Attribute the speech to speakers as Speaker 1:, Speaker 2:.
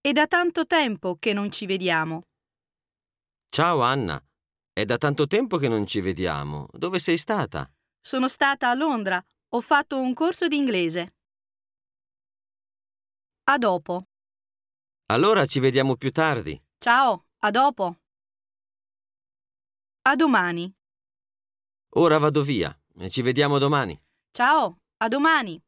Speaker 1: È da tanto tempo che non ci vediamo.
Speaker 2: Ciao Anna, è da tanto tempo che non ci vediamo. Dove sei stata?
Speaker 1: Sono stata a Londra, ho fatto un corso di inglese. A dopo.
Speaker 2: Allora ci vediamo più tardi.
Speaker 1: Ciao, a dopo. A domani.
Speaker 2: Ora vado via. Ci vediamo domani.
Speaker 1: Ciao, a domani.